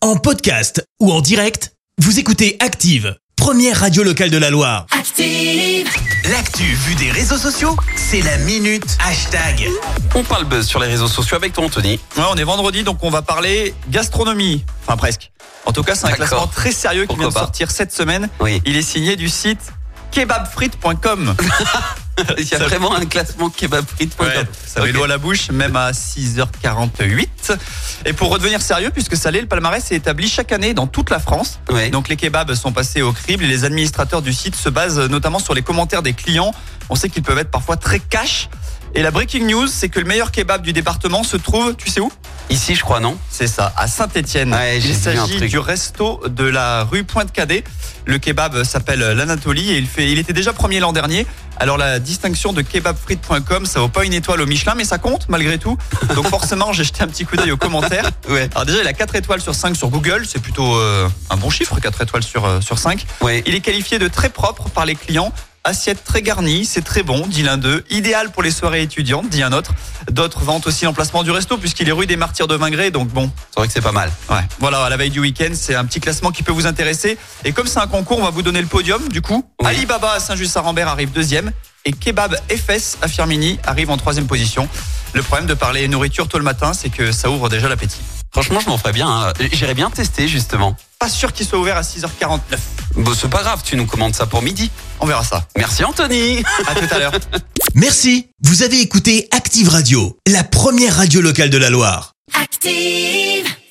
En podcast ou en direct, vous écoutez Active, première radio locale de la Loire. Active. L'actu vue des réseaux sociaux, c'est la minute hashtag. On parle buzz sur les réseaux sociaux avec toi, Anthony. Ouais, on est vendredi, donc on va parler gastronomie. Enfin, presque. En tout cas, c'est un D'accord. classement très sérieux qui Pourquoi vient de pas. sortir cette semaine. Oui. Il est signé du site kebabfrites.com. Il y a Ça- vraiment un classement kebab Ouais, ça met Ok. l'eau à la bouche, même à 6h48. Et pour redevenir sérieux, puisque ça l'est, le palmarès est établi chaque année dans toute la France. Ouais. Donc les kebabs sont passés au crible et les administrateurs du site se basent euh, notamment sur les commentaires des clients. On sait qu'ils peuvent être parfois très cash. Et la breaking news, c'est que le meilleur kebab du département se trouve, tu sais où Ici, je crois, non C'est ça, à Saint-Étienne. Ouais, j'ai il vu un s'agit truc. du resto de la rue Pointe-Cadet. Le kebab s'appelle l'Anatolie et il, fait, il était déjà premier l'an dernier. Alors la distinction de kebabfrites.com, ça vaut pas une étoile au Michelin, mais ça compte malgré tout. Donc forcément, j'ai jeté un petit coup d'œil aux commentaires. Ouais. Alors déjà, il a 4 étoiles sur 5 sur Google, c'est plutôt euh, un bon chiffre, 4 étoiles sur, euh, sur 5. Ouais. Il est qualifié de très propre par les clients. Assiette très garnie, c'est très bon, dit l'un d'eux. Idéal pour les soirées étudiantes, dit un autre. D'autres vantent aussi l'emplacement du resto puisqu'il est rue des Martyrs de Vingré, donc bon, C'est vrai que c'est pas mal. Ouais, voilà, à la veille du week-end, c'est un petit classement qui peut vous intéresser. Et comme c'est un concours, on va vous donner le podium. Du coup, Oui. Alibaba à Saint-Just-Sarambert arrive deuxième et Kebab FS à Firmini arrive en troisième position. Le problème de parler nourriture tôt le matin, c'est que ça ouvre déjà l'appétit. Franchement, je m'en ferais bien. hein. J'irais bien tester, justement. Pas sûr qu'il soit ouvert à 6h49. Bon, c'est pas grave, tu nous commandes ça pour midi. On verra ça. Merci, Anthony. À tout à l'heure. Merci, vous avez écouté Active Radio, la première radio locale de la Loire. Active.